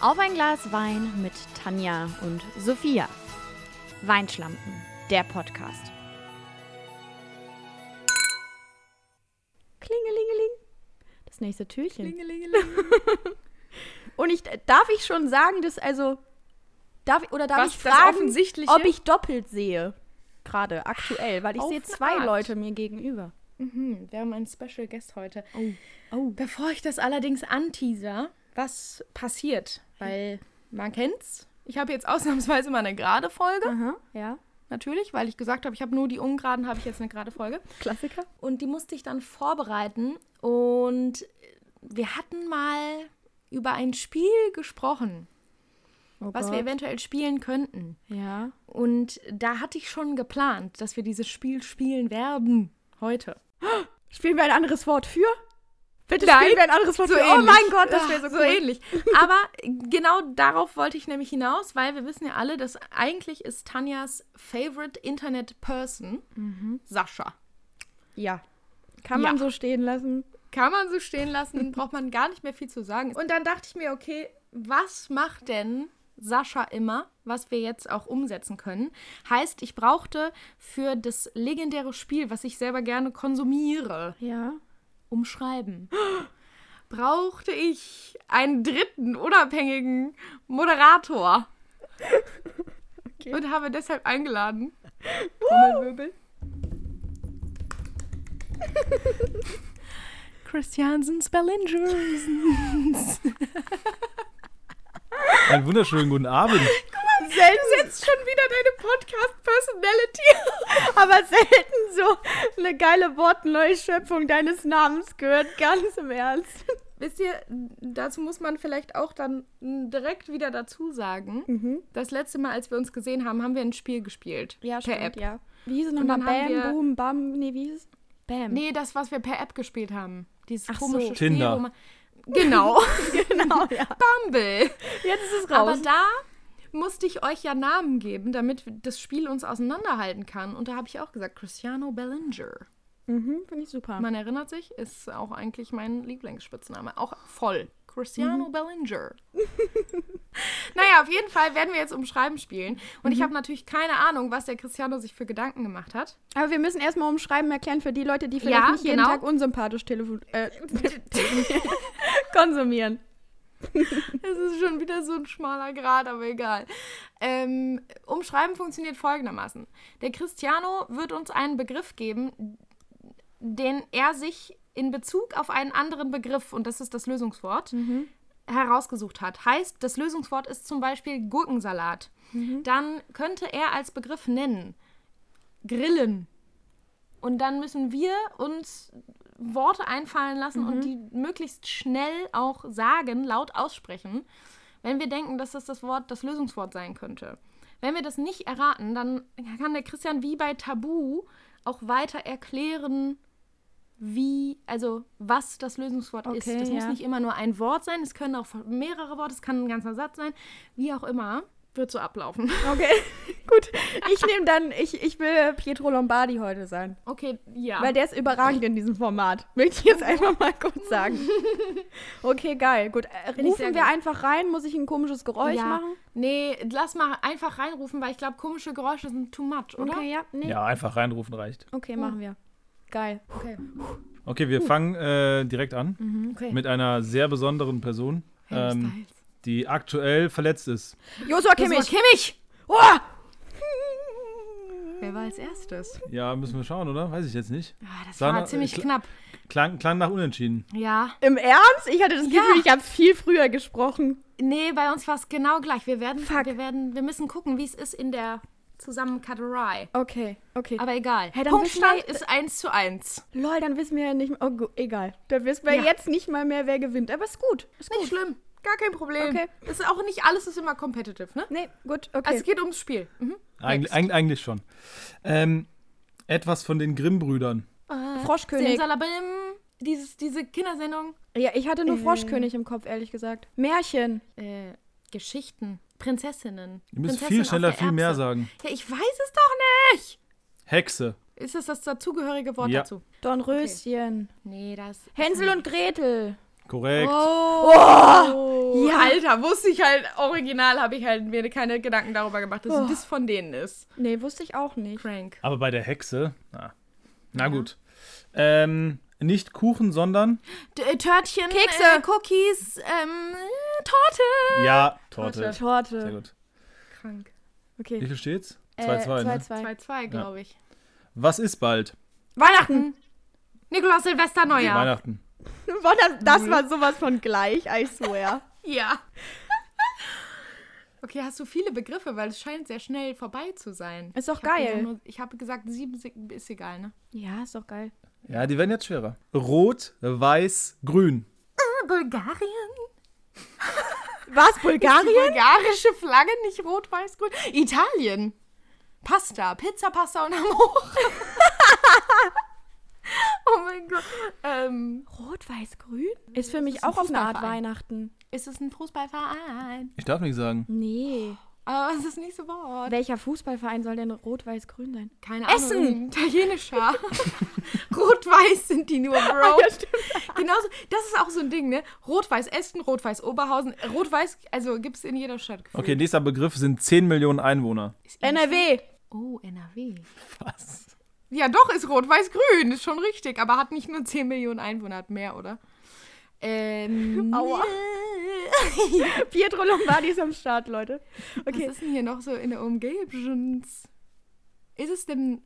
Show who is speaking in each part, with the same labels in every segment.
Speaker 1: Auf ein Glas Wein mit Tanja und Sophia. Weinschlampen, der Podcast. Klingelingeling. Das nächste Türchen. Und ich äh, darf ich schon sagen, dass also darf oder darf
Speaker 2: Was,
Speaker 1: ich
Speaker 2: das
Speaker 1: fragen,
Speaker 2: Offensichtliche?
Speaker 1: ob ich doppelt sehe gerade aktuell, weil ich
Speaker 2: Auf
Speaker 1: sehe
Speaker 2: eine
Speaker 1: zwei
Speaker 2: Art.
Speaker 1: Leute mir gegenüber.
Speaker 2: Mhm, wir haben einen Special Guest heute.
Speaker 1: Oh. Oh.
Speaker 2: Bevor ich das allerdings anteaser, was passiert, weil man kennt's. Ich habe jetzt ausnahmsweise mal eine gerade Folge,
Speaker 1: Aha, ja.
Speaker 2: natürlich, weil ich gesagt habe, ich habe nur die ungeraden, habe ich jetzt eine gerade Folge.
Speaker 1: Klassiker.
Speaker 2: Und die musste ich dann vorbereiten. Und wir hatten mal über ein Spiel gesprochen,
Speaker 1: Oh
Speaker 2: was wir eventuell spielen könnten.
Speaker 1: ja.
Speaker 2: Und da hatte ich schon geplant, dass wir dieses Spiel spielen werden heute.
Speaker 1: Spielen wir ein anderes Wort für? Bitte
Speaker 2: Nein,
Speaker 1: spielen wir ein anderes Wort
Speaker 2: So
Speaker 1: für.
Speaker 2: ähnlich.
Speaker 1: Oh mein Gott, das wäre
Speaker 2: Ah,
Speaker 1: so,
Speaker 2: so
Speaker 1: cool.
Speaker 2: ähnlich. Aber genau darauf wollte ich nämlich hinaus, weil wir wissen ja alle, dass eigentlich ist Tanjas favorite Internet Person
Speaker 1: Mhm.
Speaker 2: Sascha.
Speaker 1: Ja. Kann
Speaker 2: Ja.
Speaker 1: man so stehen lassen.
Speaker 2: Kann man so stehen lassen, braucht man gar nicht mehr viel zu sagen. Und dann dachte ich mir, okay, was macht denn Sascha immer, was wir jetzt auch umsetzen können? Heißt, ich brauchte für das legendäre Spiel, was ich selber gerne konsumiere,
Speaker 1: Ja.
Speaker 2: umschreiben. Brauchte ich einen dritten unabhängigen Moderator.
Speaker 1: Okay.
Speaker 2: Und habe deshalb eingeladen.
Speaker 1: Trommelwirbel.
Speaker 2: Christiansens Bellingers.
Speaker 3: Einen wunderschönen guten Abend.
Speaker 1: Selten
Speaker 2: Jetzt schon wieder deine Podcast-Personality.
Speaker 1: Aber selten so eine geile Wortneuschöpfung deines Namens gehört, ganz im Ernst.
Speaker 2: Wisst ihr, dazu muss man vielleicht auch dann direkt wieder dazu sagen. Das letzte Mal, als wir uns gesehen haben, haben wir ein Spiel gespielt. per App.
Speaker 1: Mhm. ja. Wie hieß es
Speaker 2: Und
Speaker 1: nochmal?
Speaker 2: dann haben wir-
Speaker 1: Bam, Boom, Bam. Nee, wie hieß es? Bam.
Speaker 2: Nee, das, was wir per App gespielt haben. Dieses
Speaker 1: Ach so.
Speaker 2: komische Spiel,
Speaker 3: Tinder.
Speaker 2: wo man. Genau.
Speaker 1: genau, ja.
Speaker 2: Bumble.
Speaker 1: Jetzt ist es
Speaker 2: Aber
Speaker 1: raus.
Speaker 2: da musste ich euch ja Namen geben, damit das Spiel uns auseinanderhalten kann. Und da habe ich auch gesagt, Cristiano Bellinger.
Speaker 1: mhm, finde ich super.
Speaker 2: Man erinnert sich, ist auch eigentlich mein Lieblingsspitzname. Auch voll. Cristiano
Speaker 1: Mhm.
Speaker 2: Bellinger. naja, auf jeden Fall werden wir jetzt umschreiben spielen. Und
Speaker 1: Mhm.
Speaker 2: ich habe natürlich keine Ahnung, was der Cristiano sich für Gedanken gemacht hat.
Speaker 1: Aber wir müssen erstmal umschreiben erklären für die Leute, die vielleicht
Speaker 2: Ja,
Speaker 1: nicht jeden
Speaker 2: genau.
Speaker 1: Tag unsympathisch telefon äh, konsumieren.
Speaker 2: Es ist schon wieder so ein schmaler Grad, aber egal. Ähm, Umschreiben funktioniert folgendermaßen. Der Cristiano wird uns einen Begriff geben, den er sich in Bezug auf einen anderen Begriff, und das ist das Lösungswort, herausgesucht hat. Heißt, das Lösungswort ist zum Beispiel Gurkensalat.
Speaker 1: Mhm.
Speaker 2: Dann könnte er als Begriff nennen Grillen. Und dann müssen wir uns Worte einfallen lassen
Speaker 1: Mhm.
Speaker 2: und die möglichst schnell auch sagen, laut aussprechen, wenn wir denken, dass das das Wort, das Lösungswort sein könnte. Wenn wir das nicht erraten, dann kann der Christian wie bei Tabu auch weiter erklären, wie, also was das Lösungswort ist.
Speaker 1: Okay,
Speaker 2: Das muss
Speaker 1: ja.
Speaker 2: nicht immer nur ein Wort sein, es können auch mehrere Worte, es kann ein ganzer Satz sein, wie auch immer. Wird so ablaufen.
Speaker 1: Okay, gut. Ich nehme dann, ich, ich will Pietro Lombardi heute sein.
Speaker 2: Okay, ja.
Speaker 1: Weil der ist überragend in diesem Format. Möchte ich jetzt einfach mal kurz sagen. Okay, geil. Gut. Äh,
Speaker 2: ich sehr
Speaker 1: rufen wir
Speaker 2: gut.
Speaker 1: einfach rein? Muss ich ein komisches Geräusch
Speaker 2: ja.
Speaker 1: machen?
Speaker 2: Nee, lass mal einfach reinrufen, weil ich glaube, komische Geräusche sind too much, oder?
Speaker 1: Okay, ja. Nee.
Speaker 3: Ja, einfach reinrufen reicht.
Speaker 1: Okay, machen wir. Geil.
Speaker 2: okay.
Speaker 3: Okay, wir fangen äh, direkt an
Speaker 2: Mhm, okay.
Speaker 3: mit einer sehr besonderen Person,
Speaker 2: Harry
Speaker 3: ähm,
Speaker 2: Styles.
Speaker 3: die aktuell verletzt ist.
Speaker 1: Joshua
Speaker 2: Das war
Speaker 1: Kimmich.
Speaker 2: halt. Also, Kimmich!
Speaker 1: Oh!
Speaker 2: Wer war als erstes?
Speaker 3: Ja, müssen wir schauen, oder? Weiß ich jetzt nicht.
Speaker 2: Ah, das
Speaker 3: Sahne-
Speaker 2: war ziemlich
Speaker 3: Kla-
Speaker 2: knapp.
Speaker 3: Klang, klang nach Unentschieden.
Speaker 2: Ja.
Speaker 1: Im Ernst? Ich hatte das
Speaker 2: Ja.
Speaker 1: Gefühl, ich habe viel früher gesprochen.
Speaker 2: Nee, bei uns war es genau gleich. Wir werden,
Speaker 1: Fuck.
Speaker 2: wir werden, wir müssen gucken, wie es ist in der Zusammenkaterei.
Speaker 1: Okay, okay.
Speaker 2: Aber egal.
Speaker 1: Hey, dann wissen wir-
Speaker 2: Punktstand ist 1 zu 1.
Speaker 1: Lol, dann wissen wir ja nicht mehr. Oh, gu- egal. Dann wissen wir
Speaker 2: Ja.
Speaker 1: jetzt nicht mal mehr, wer gewinnt. Aber ist gut. Ist
Speaker 2: Nicht
Speaker 1: gut.
Speaker 2: schlimm. Gar kein Problem.
Speaker 1: Okay.
Speaker 2: Ist auch nicht alles ist immer competitive, ne?
Speaker 1: Nee, gut, okay.
Speaker 2: Also es geht ums Spiel. Mhm.
Speaker 3: Eigentlich, eigentlich, eigentlich schon. Ähm, etwas von den Grimm-Brüdern.
Speaker 1: Froschkönig.
Speaker 2: Simsalabim. Dieses, diese Kindersendung.
Speaker 1: Ja, ich hatte nur Froschkönig im Kopf, ehrlich gesagt. Märchen.
Speaker 2: Äh, Geschichten. Prinzessinnen.
Speaker 3: Ihr müsst
Speaker 2: Prinzessin
Speaker 3: viel
Speaker 2: auf
Speaker 3: schneller,
Speaker 2: der
Speaker 3: viel mehr
Speaker 2: Erbse.
Speaker 3: sagen.
Speaker 2: Ja, ich weiß es doch nicht.
Speaker 3: Hexe.
Speaker 2: Ist das das dazugehörige Wort
Speaker 3: Ja.
Speaker 2: dazu?
Speaker 1: Dornröschen.
Speaker 2: Nee, das.
Speaker 1: Hm. Hänsel und Gretel.
Speaker 3: Korrekt.
Speaker 2: Oh,
Speaker 1: ja.
Speaker 2: Alter, wusste ich halt, original habe ich halt mir keine Gedanken darüber gemacht, dass
Speaker 1: Oh.
Speaker 2: das von denen ist.
Speaker 1: Nee, wusste ich auch nicht.
Speaker 2: Crank.
Speaker 3: Aber bei der Hexe, na, na gut. Ähm, nicht Kuchen, sondern
Speaker 2: D äh, Törtchen,
Speaker 1: Kekse.
Speaker 2: Äh, Cookies, ähm, Ah. Torte.
Speaker 3: ja, Torte. Sehr
Speaker 1: Torte.
Speaker 3: gut.
Speaker 2: Krank.
Speaker 3: Wie
Speaker 1: Okay.
Speaker 3: viel steht's? 2-2.
Speaker 1: Äh,
Speaker 3: ne?
Speaker 1: 2-2.
Speaker 2: 2-2, glaube ich.
Speaker 3: Was ist bald?
Speaker 2: Weihnachten. Nikolaus, Silvester, Neujahr.
Speaker 3: Weihnachten.
Speaker 1: War das- Das war sowas von gleich, I swear.
Speaker 2: Ja. Okay, hast du viele Begriffe, weil es scheint sehr schnell vorbei zu sein.
Speaker 1: Ist doch
Speaker 2: Ich hab
Speaker 1: geil.
Speaker 2: wieder nur- Ich habe gesagt, sieben Sek- ist egal, ne?
Speaker 1: Ja, ist doch geil.
Speaker 3: Ja, die werden jetzt schwerer. Rot, weiß, grün.
Speaker 2: Bulgarien.
Speaker 1: War es Bulgarien?
Speaker 2: Bulgarische Flagge, nicht rot, weiß, grün. Italien. Pasta, Pizza, Pasta und am Hoch. oh mein Gott. Ähm,
Speaker 1: Rot-Weiß-Grün? Ist für mich
Speaker 2: ist ein
Speaker 1: auch auf eine Art
Speaker 2: Fußballverein.
Speaker 1: Weihnachten.
Speaker 2: ist es ein Fußballverein?
Speaker 3: Ich darf nicht sagen.
Speaker 1: Nee.
Speaker 2: Aber es ist nicht so Wort.
Speaker 1: Welcher Fußballverein soll denn Rot-Weiß-Grün sein?
Speaker 2: Keine
Speaker 1: Essen.
Speaker 2: Ahnung. Italienischer. Rot-Weiß sind die nur, Bro. Genauso, das ist auch so ein Ding, ne? Rot-Weiß Essen, Rot-Weiß Oberhausen, Rot-Weiß, also gibt's in jeder Stadt. gefühlt.
Speaker 3: Okay, nächster Begriff sind 10 Millionen Einwohner.
Speaker 2: Ist in-
Speaker 1: NRW.
Speaker 2: Oh, NRW.
Speaker 3: Was?
Speaker 2: Ja, doch, ist Rot-Weiß-Grün, ist schon richtig, aber hat nicht nur 10 Millionen Einwohner, hat mehr, oder? Ähm.
Speaker 1: Aua. Pietro Lombardi ist am Start, Leute. Okay.
Speaker 2: Was ist denn hier noch so in der Umgebung? Ist es denn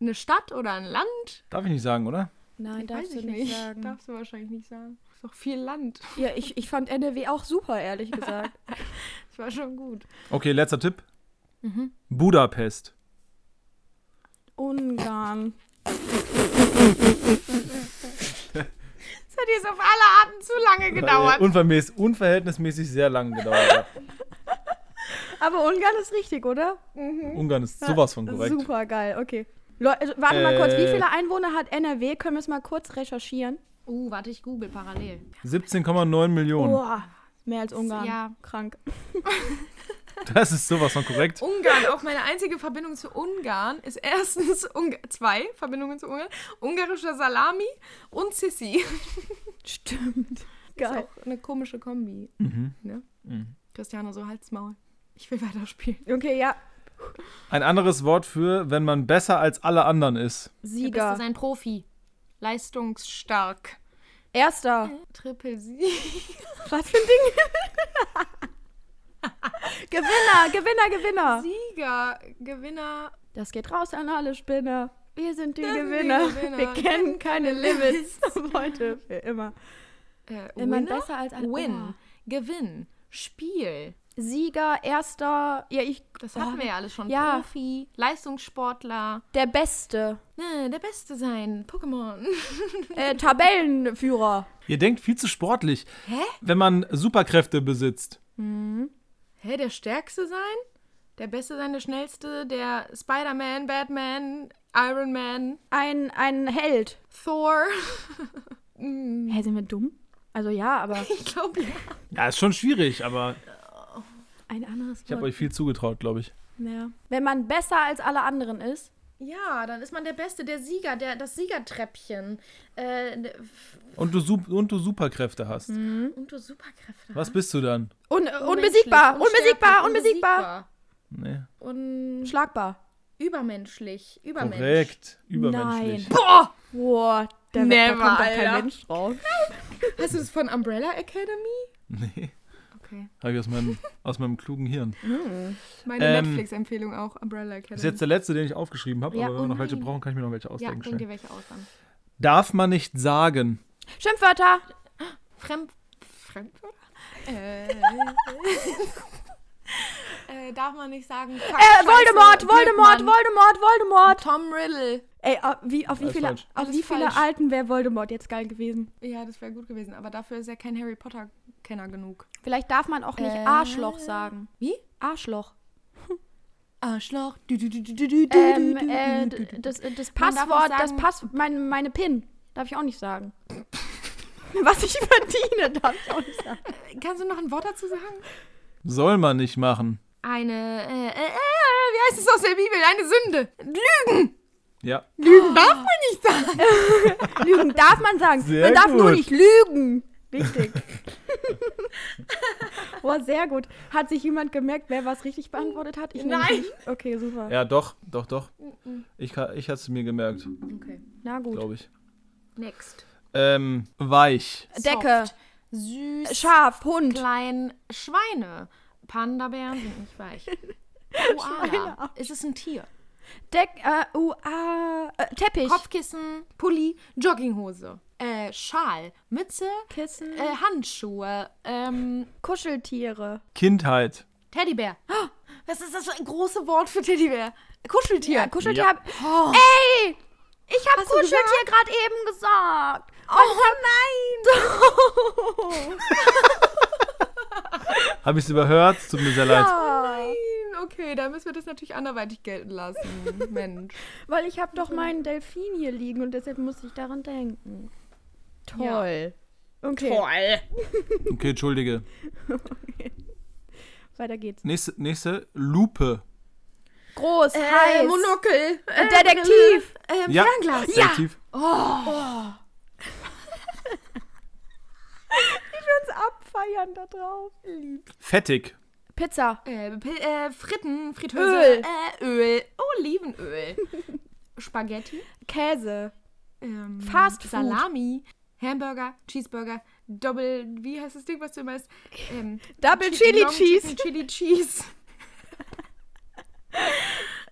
Speaker 2: eine Stadt oder ein Land?
Speaker 3: Darf ich nicht sagen, oder?
Speaker 1: Nein, darfst du
Speaker 2: ich
Speaker 1: nicht, sagen.
Speaker 2: Darfst du wahrscheinlich nicht sagen. Ist doch viel Land.
Speaker 1: Ja, ich, ich fand NRW auch super, ehrlich gesagt.
Speaker 2: Das war schon gut.
Speaker 3: Okay, letzter Tipp. Budapest.
Speaker 1: Ungarn.
Speaker 2: Das hat jetzt auf alle Arten zu lange gedauert.
Speaker 3: Äh, unvermäß- unverhältnismäßig sehr lang gedauert.
Speaker 1: Aber Ungarn ist richtig, oder?
Speaker 3: Ungarn ist sowas von korrekt.
Speaker 1: Super geil, okay. Leu also, warte mal kurz, wie
Speaker 3: Äh.
Speaker 1: viele Einwohner hat NRW? Können wir es mal kurz recherchieren?
Speaker 2: Uh, warte, ich google parallel.
Speaker 3: 17,9 Millionen.
Speaker 1: Boah, mehr als Ungarn.
Speaker 2: Ja.
Speaker 1: Krank.
Speaker 3: Das ist sowas von korrekt.
Speaker 2: Ungarn, auch meine einzige Verbindung zu Ungarn ist erstens Ung zwei Verbindungen zu Ungarn. Ungarischer Salami und Sissi.
Speaker 1: Stimmt.
Speaker 2: Ist
Speaker 1: Geil.
Speaker 2: auch eine komische Kombi. Ne? Christiane, so halt's Maul. Ich will weiterspielen.
Speaker 1: Okay, ja.
Speaker 3: Ein anderes Wort für, wenn man besser als alle anderen ist.
Speaker 1: Sieger.
Speaker 2: ein Profi. Leistungsstark.
Speaker 1: Erster.
Speaker 2: Triple Sieg.
Speaker 1: Was für ein Ding? Gewinner, Gewinner, Gewinner.
Speaker 2: Sieger. Gewinner.
Speaker 1: Das geht raus an alle Spinner. Wir sind die
Speaker 2: Das sind die
Speaker 1: Gewinner.
Speaker 2: Gewinner.
Speaker 1: Wir kennen keine Limits. Heute, für immer.
Speaker 2: Äh,
Speaker 1: Wenn man
Speaker 2: Winner?
Speaker 1: besser als ein-
Speaker 2: Win.
Speaker 1: Oh.
Speaker 2: Gewinn. Spiel.
Speaker 1: Sieger, Erster. Ja, ich.
Speaker 2: Das
Speaker 1: Oh,
Speaker 2: hatten wir ja alle schon.
Speaker 1: Ja.
Speaker 2: Profi. Leistungssportler.
Speaker 1: Der Beste.
Speaker 2: Ne, der Beste sein. Pokémon.
Speaker 1: Äh, Tabellenführer.
Speaker 3: Ihr denkt viel zu sportlich,
Speaker 2: Hä?
Speaker 3: wenn man Superkräfte besitzt.
Speaker 2: Hä, der Stärkste sein? Der Beste sein, der Schnellste, der Spider-Man, Batman, Iron Man,
Speaker 1: Ein, ein Held.
Speaker 2: Thor.
Speaker 1: Hä, sind wir dumm? Also ja, aber
Speaker 2: Ich glaube, ja.
Speaker 3: Ja, ist schon schwierig, aber
Speaker 1: ein anderes
Speaker 3: ich habe
Speaker 1: Wort
Speaker 3: euch viel zugetraut, glaube ich.
Speaker 1: mehr. Wenn man besser als alle anderen ist.
Speaker 2: Ja, dann ist man der Beste, der Sieger, der, das Siegertreppchen. Äh, ne- f-
Speaker 3: Und du, Sup- und du Superkräfte hast.
Speaker 2: und du Superkräfte.
Speaker 3: Was bist du dann?
Speaker 1: Un
Speaker 2: Unmenschlich,
Speaker 1: unbesiegbar,
Speaker 2: unsterblich,
Speaker 1: unbesiegbar, unbesiegbar.
Speaker 3: Nee.
Speaker 2: Und
Speaker 1: Schlagbar.
Speaker 2: übermenschlich, übermensch.
Speaker 3: Korrekt. Übermenschlich.
Speaker 1: Nein.
Speaker 2: Boah!
Speaker 1: Boah, da, wird-
Speaker 2: Never,
Speaker 1: da kommt doch kein
Speaker 2: Alter.
Speaker 1: Mensch drauf.
Speaker 2: Hast du das von Umbrella Academy?
Speaker 3: Nee.
Speaker 2: Okay.
Speaker 3: Habe ich aus meinem, aus meinem klugen Hirn.
Speaker 2: Meine
Speaker 3: Ähm,
Speaker 2: Netflix-Empfehlung auch, Umbrella
Speaker 3: Das
Speaker 2: Academy.
Speaker 3: ist jetzt der letzte, den ich aufgeschrieben habe,
Speaker 1: Ja,
Speaker 3: aber wenn
Speaker 1: oh
Speaker 3: wir noch welche
Speaker 2: nein.
Speaker 3: brauchen, kann ich mir noch welche
Speaker 2: ja,
Speaker 3: ausdenken.
Speaker 2: denk dir
Speaker 3: schnell.
Speaker 2: welche aus dann.
Speaker 3: Darf man nicht sagen.
Speaker 1: Schimpfwörter.
Speaker 2: Fremd. Fremdwörter? Äh, äh, darf man nicht sagen. Fuck,
Speaker 1: Äh, Voldemort,
Speaker 2: Scheiße,
Speaker 1: Voldemort,
Speaker 2: Blödmann.
Speaker 1: Voldemort, Voldemort.
Speaker 2: Tom Riddle.
Speaker 1: Ey, auf wie, auf wie
Speaker 3: Alles
Speaker 1: viele,
Speaker 3: falsch.
Speaker 1: auf
Speaker 2: Alles
Speaker 1: wie viele
Speaker 2: falsch.
Speaker 1: Alten wäre Voldemort jetzt geil gewesen?
Speaker 2: Ja, das wäre gut gewesen, aber dafür ist er kein Harry Potter-Kenner genug.
Speaker 1: Vielleicht darf man auch nicht
Speaker 2: Äh.
Speaker 1: Arschloch sagen.
Speaker 2: Wie?
Speaker 1: Arschloch.
Speaker 2: Arschloch.
Speaker 1: Ähm, äh, d- das, äh, das
Speaker 2: Man darf
Speaker 1: Passwort,
Speaker 2: auch
Speaker 1: das
Speaker 2: sagen-
Speaker 1: Pass, mein, meine PIN, darf ich auch nicht sagen. Was ich verdiene, darf ich auch nicht sagen.
Speaker 2: Kannst du noch ein Wort dazu sagen?
Speaker 3: Soll man nicht machen.
Speaker 2: Eine. Äh, äh, äh, wie heißt es aus der Bibel? Eine Sünde. Lügen.
Speaker 3: Ja.
Speaker 2: Lügen darf man nicht sagen.
Speaker 1: Lügen darf man sagen.
Speaker 3: Sehr
Speaker 1: man darf nur
Speaker 3: gut.
Speaker 1: nicht lügen. Wichtig. Boah, sehr gut. Hat sich jemand gemerkt, wer was richtig beantwortet hat? Ich nehme
Speaker 4: Nein.
Speaker 1: nicht. Okay, super.
Speaker 3: Ja, doch, doch, doch. Ich, ha- ich hatte es mir gemerkt,
Speaker 4: Okay.
Speaker 1: Na gut.
Speaker 3: glaube ich.
Speaker 4: Next.
Speaker 3: Ähm, weich.
Speaker 1: Decke.
Speaker 4: Soft. Süß.
Speaker 1: Schaf, Hund.
Speaker 4: Klein Schweine. Pandabären sind nicht weich. Koala. Es ist ein Tier.
Speaker 1: Deck, äh, uh, ah, äh, Teppich.
Speaker 4: Kopfkissen, Pulli, Jogginghose, äh, Schal, Mütze,
Speaker 1: Kissen.
Speaker 4: äh, Handschuhe, ähm,
Speaker 1: Kuscheltiere.
Speaker 3: Kindheit.
Speaker 4: Teddybär. Oh, Was ist das für ein großes Wort für Teddybär? Kuscheltier.
Speaker 1: Ja, Kuscheltier Oh.
Speaker 3: Ja.
Speaker 1: hab. Ey! Ich hab
Speaker 4: du
Speaker 1: Kuscheltier gerade eben gesagt. Oh nein!
Speaker 3: Habe ich es überhört? Tut mir sehr leid.
Speaker 4: Nein, Hm, okay, da müssen wir das natürlich anderweitig gelten lassen. Mensch.
Speaker 1: Weil ich habe doch meinen Delfin hier liegen und deshalb muss ich daran denken. Toll. Okay,
Speaker 3: Okay, entschuldige.
Speaker 1: weiter geht's.
Speaker 3: Nächste, nächste Lupe.
Speaker 1: Groß,
Speaker 4: Äh,
Speaker 1: heiß.
Speaker 4: Monokel. Äh,
Speaker 1: Detektiv.
Speaker 4: Brille, ähm,
Speaker 3: Ja.
Speaker 4: Fernglas.
Speaker 3: Aktiv.
Speaker 1: Uns abfeiern da drauf.
Speaker 3: Fettig.
Speaker 1: Pizza.
Speaker 4: Äh, Pil- äh, Fritten, Fritteuse.
Speaker 1: Öl.
Speaker 4: Äh, Öl. Olivenöl. Spaghetti.
Speaker 1: Käse.
Speaker 4: Ähm,
Speaker 1: Fast Food.
Speaker 4: Salami. Hamburger, Cheeseburger, Double, wie heißt das Ding, was du immer isst? Ähm,
Speaker 1: Double
Speaker 4: Chi-
Speaker 1: Chili
Speaker 4: Long
Speaker 1: Cheese.
Speaker 4: Chicken Chili Cheese.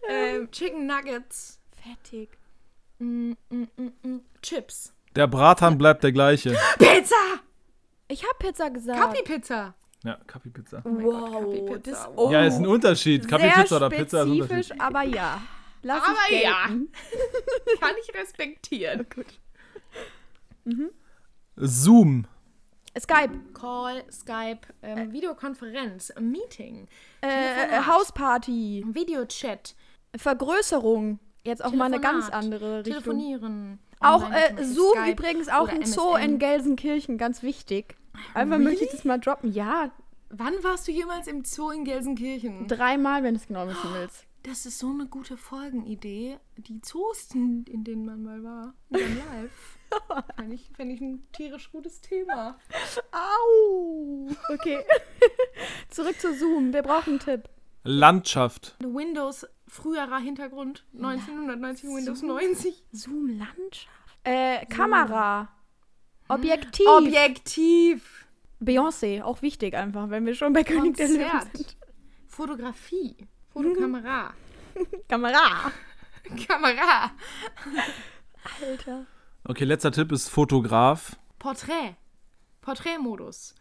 Speaker 4: ähm, Chicken Nuggets.
Speaker 1: Fettig.
Speaker 4: Mm, mm, mm, mm. Chips.
Speaker 3: Der Bratan bleibt der gleiche.
Speaker 4: Pizza!
Speaker 1: Ich hab Pizza gesagt. Oh
Speaker 4: Kaffee-Pizza.
Speaker 3: Ja, Kaffeepizza.
Speaker 4: mein Gott, Kaffeepizza.
Speaker 1: wow, das oh,
Speaker 3: Ja, ist ein Unterschied. Kaffeepizza oder Pizza ist ein
Speaker 1: spezifisch,
Speaker 3: Unterschied.
Speaker 1: aber ja. Lass
Speaker 4: Aber
Speaker 1: es gelten.
Speaker 4: Kann ich respektieren.
Speaker 3: Zoom.
Speaker 1: Skype,
Speaker 4: Call, Skype, ähm, Videokonferenz, Meeting,
Speaker 1: äh, äh,
Speaker 4: Telefonat.
Speaker 1: Hausparty,
Speaker 4: Videochat,
Speaker 1: Vergrößerung. Jetzt auch mal eine ganz
Speaker 4: Telefonat,
Speaker 1: andere Richtung.
Speaker 4: Telefonieren.
Speaker 1: Auch
Speaker 4: online,
Speaker 1: äh, Zoom
Speaker 4: Skype
Speaker 1: übrigens auch
Speaker 4: oder
Speaker 1: ein
Speaker 4: MSN.
Speaker 1: Zoo in Gelsenkirchen, ganz wichtig. Einfach möchte ich das mal droppen. Ja,
Speaker 4: Wann warst du jemals im Zoo in Gelsenkirchen?
Speaker 1: dreimal, wenn du es genau wissen willst.
Speaker 4: Das ist so eine gute Folgenidee. Die Zoos, in denen man mal war, in live. Fände ich, fänd ich ein tierisch gutes Thema.
Speaker 1: Au! Okay. Zurück zu Zoom. Wir brauchen einen Tipp.
Speaker 3: Landschaft.
Speaker 4: Windows, früherer Hintergrund, 1990, Windows 90.
Speaker 1: Zoom Landschaft. Äh, Kamera. Objektiv.
Speaker 4: Objektiv.
Speaker 1: Beyoncé, auch wichtig einfach, wenn wir schon bei König der Löwen
Speaker 4: Konzert.
Speaker 1: sind.
Speaker 4: Fotografie. Fotokamera.
Speaker 1: Kamera.
Speaker 4: Kamera.
Speaker 1: Alter.
Speaker 3: Okay, letzter Tipp ist Fotograf.
Speaker 4: Porträt. Porträtmodus.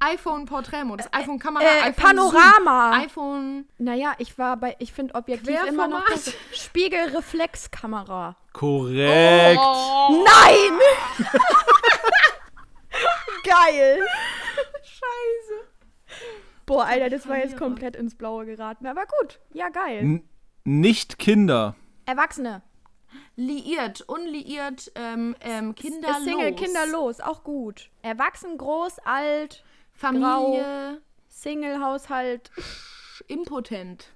Speaker 4: iPhone Porträtmodus. iPhone Kamera.
Speaker 1: Äh,
Speaker 4: iPhone
Speaker 1: Panorama.
Speaker 4: Zoom. iPhone.
Speaker 1: Naja, ich war bei, ich finde objektiv
Speaker 4: Querformat.
Speaker 1: immer noch besser. Spiegelreflexkamera.
Speaker 3: Korrekt.
Speaker 1: Oh. Nein! Geil!
Speaker 4: Scheiße.
Speaker 1: Boah, Alter, das war jetzt komplett ins Blaue geraten. Aber gut, ja, geil.
Speaker 3: N nicht Kinder.
Speaker 1: Erwachsene.
Speaker 4: Liiert, unliiert, ähm, ähm, kinderlos.
Speaker 1: Single, kinderlos, auch gut. Erwachsen, groß, alt,
Speaker 4: Familie,
Speaker 1: Single, Haushalt.
Speaker 4: impotent.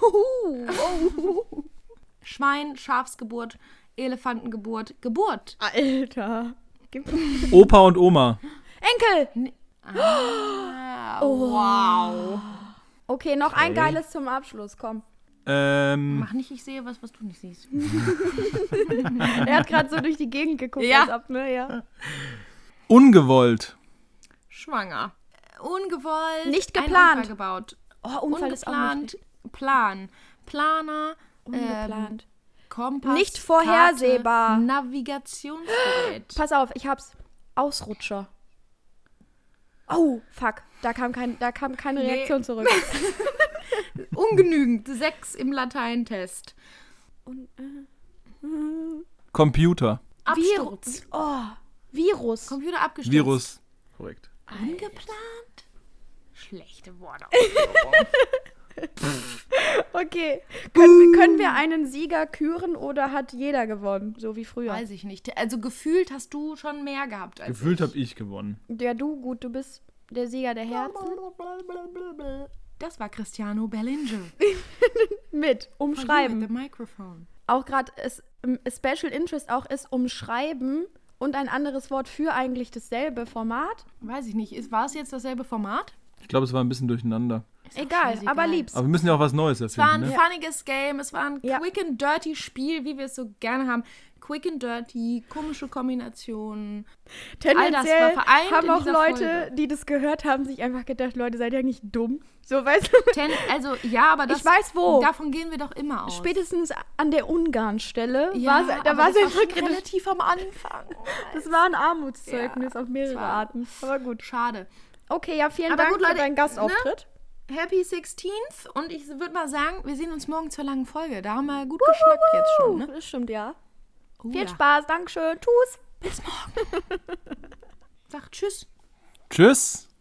Speaker 1: Huhu.
Speaker 4: Schwein, Schafsgeburt, Elefantengeburt, Geburt.
Speaker 1: Alter. Gib-
Speaker 3: Opa und Oma.
Speaker 1: Enkel! Ah,
Speaker 4: Wow.
Speaker 1: Oh. Okay, noch ein geiles zum Abschluss, komm.
Speaker 3: Ähm,
Speaker 4: Mach nicht, ich sehe was, was du nicht siehst.
Speaker 1: Er hat gerade so durch die Gegend geguckt,
Speaker 4: Ja.
Speaker 1: als ob, ne? Ja.
Speaker 3: ungewollt.
Speaker 4: Schwanger. Ungewollt.
Speaker 1: Nicht
Speaker 4: ein
Speaker 1: geplant.
Speaker 4: Unfall gebaut.
Speaker 1: Oh, Unfall ist auch
Speaker 4: Ungeplant.
Speaker 1: nicht
Speaker 4: Plan. Planer. Ähm,
Speaker 1: ungeplant.
Speaker 4: Kompass.
Speaker 1: Nicht vorhersehbar.
Speaker 4: Karte, Navigationsgerät.
Speaker 1: Pass auf, ich hab's. Ausrutscher. Oh, fuck. Da kam, kein, da kam keine
Speaker 4: Nee.
Speaker 1: Reaktion zurück.
Speaker 4: Ungenügend. Sechs im Lateintest.
Speaker 3: Computer.
Speaker 4: Absturz.
Speaker 1: Virus. Oh, Virus.
Speaker 4: Computer abgestürzt.
Speaker 3: Virus. Korrekt.
Speaker 4: Ungeplant. Schlechte Worte.
Speaker 1: Äh. Okay. Können, können wir einen Sieger küren oder hat jeder gewonnen? So wie früher.
Speaker 4: Weiß ich nicht. Also gefühlt hast du schon mehr gehabt als
Speaker 3: Gefühlt
Speaker 4: ich.
Speaker 3: habe ich gewonnen.
Speaker 1: Ja, du, gut, du bist der Sieger der Herzen.
Speaker 4: Das war Cristiano Bellinger. Also
Speaker 1: Mit. Umschreiben.
Speaker 4: The microphone.
Speaker 1: Auch gerade ist ähm, Special Interest auch ist umschreiben um und ein anderes Wort für eigentlich dasselbe Format.
Speaker 4: Weiß ich nicht. Ist, war es jetzt dasselbe Format?
Speaker 3: Ich glaube, es war ein bisschen durcheinander.
Speaker 1: Egal,
Speaker 4: scheißegal.
Speaker 1: aber lieb's.
Speaker 3: Aber wir müssen ja auch was Neues
Speaker 4: Es war ein
Speaker 3: erfinden, ne?
Speaker 4: funniges Game, es war ein
Speaker 1: Ja.
Speaker 4: quick and dirty Spiel, wie wir es so gerne haben. Quick and dirty, komische Kombinationen.
Speaker 1: Tendenziell
Speaker 4: war vereint
Speaker 1: haben
Speaker 4: in
Speaker 1: auch
Speaker 4: dieser
Speaker 1: Leute,
Speaker 4: Folge.
Speaker 1: die das gehört haben, sich einfach gedacht, Leute, seid ihr eigentlich dumm? So, weißt du,
Speaker 4: Ten, also ja, aber das,
Speaker 1: ich weiß wo.
Speaker 4: davon gehen wir doch immer aus.
Speaker 1: Spätestens an der Ungarn-Stelle,
Speaker 4: ja,
Speaker 1: war's- da
Speaker 4: aber
Speaker 1: war es
Speaker 4: das war
Speaker 1: einfach
Speaker 4: schon
Speaker 1: kritisch.
Speaker 4: relativ am Anfang.
Speaker 1: Das war ein Armutszeugnis auf mehrere
Speaker 4: war-
Speaker 1: Arten. Aber gut.
Speaker 4: Schade.
Speaker 1: Okay, ja, vielen
Speaker 4: Aber
Speaker 1: Dank
Speaker 4: gut, Leute,
Speaker 1: für deinen Gastauftritt.
Speaker 4: Happy 16th und ich würde mal sagen, wir sehen uns morgen zur langen Folge. Da haben wir gut geschnackt jetzt schon. Ne?
Speaker 1: Das stimmt, ja.
Speaker 4: Oh
Speaker 1: Viel
Speaker 4: ja.
Speaker 1: Spaß, Dankeschön, tschüss.
Speaker 4: Bis morgen. Sag Tschüss.
Speaker 3: Tschüss.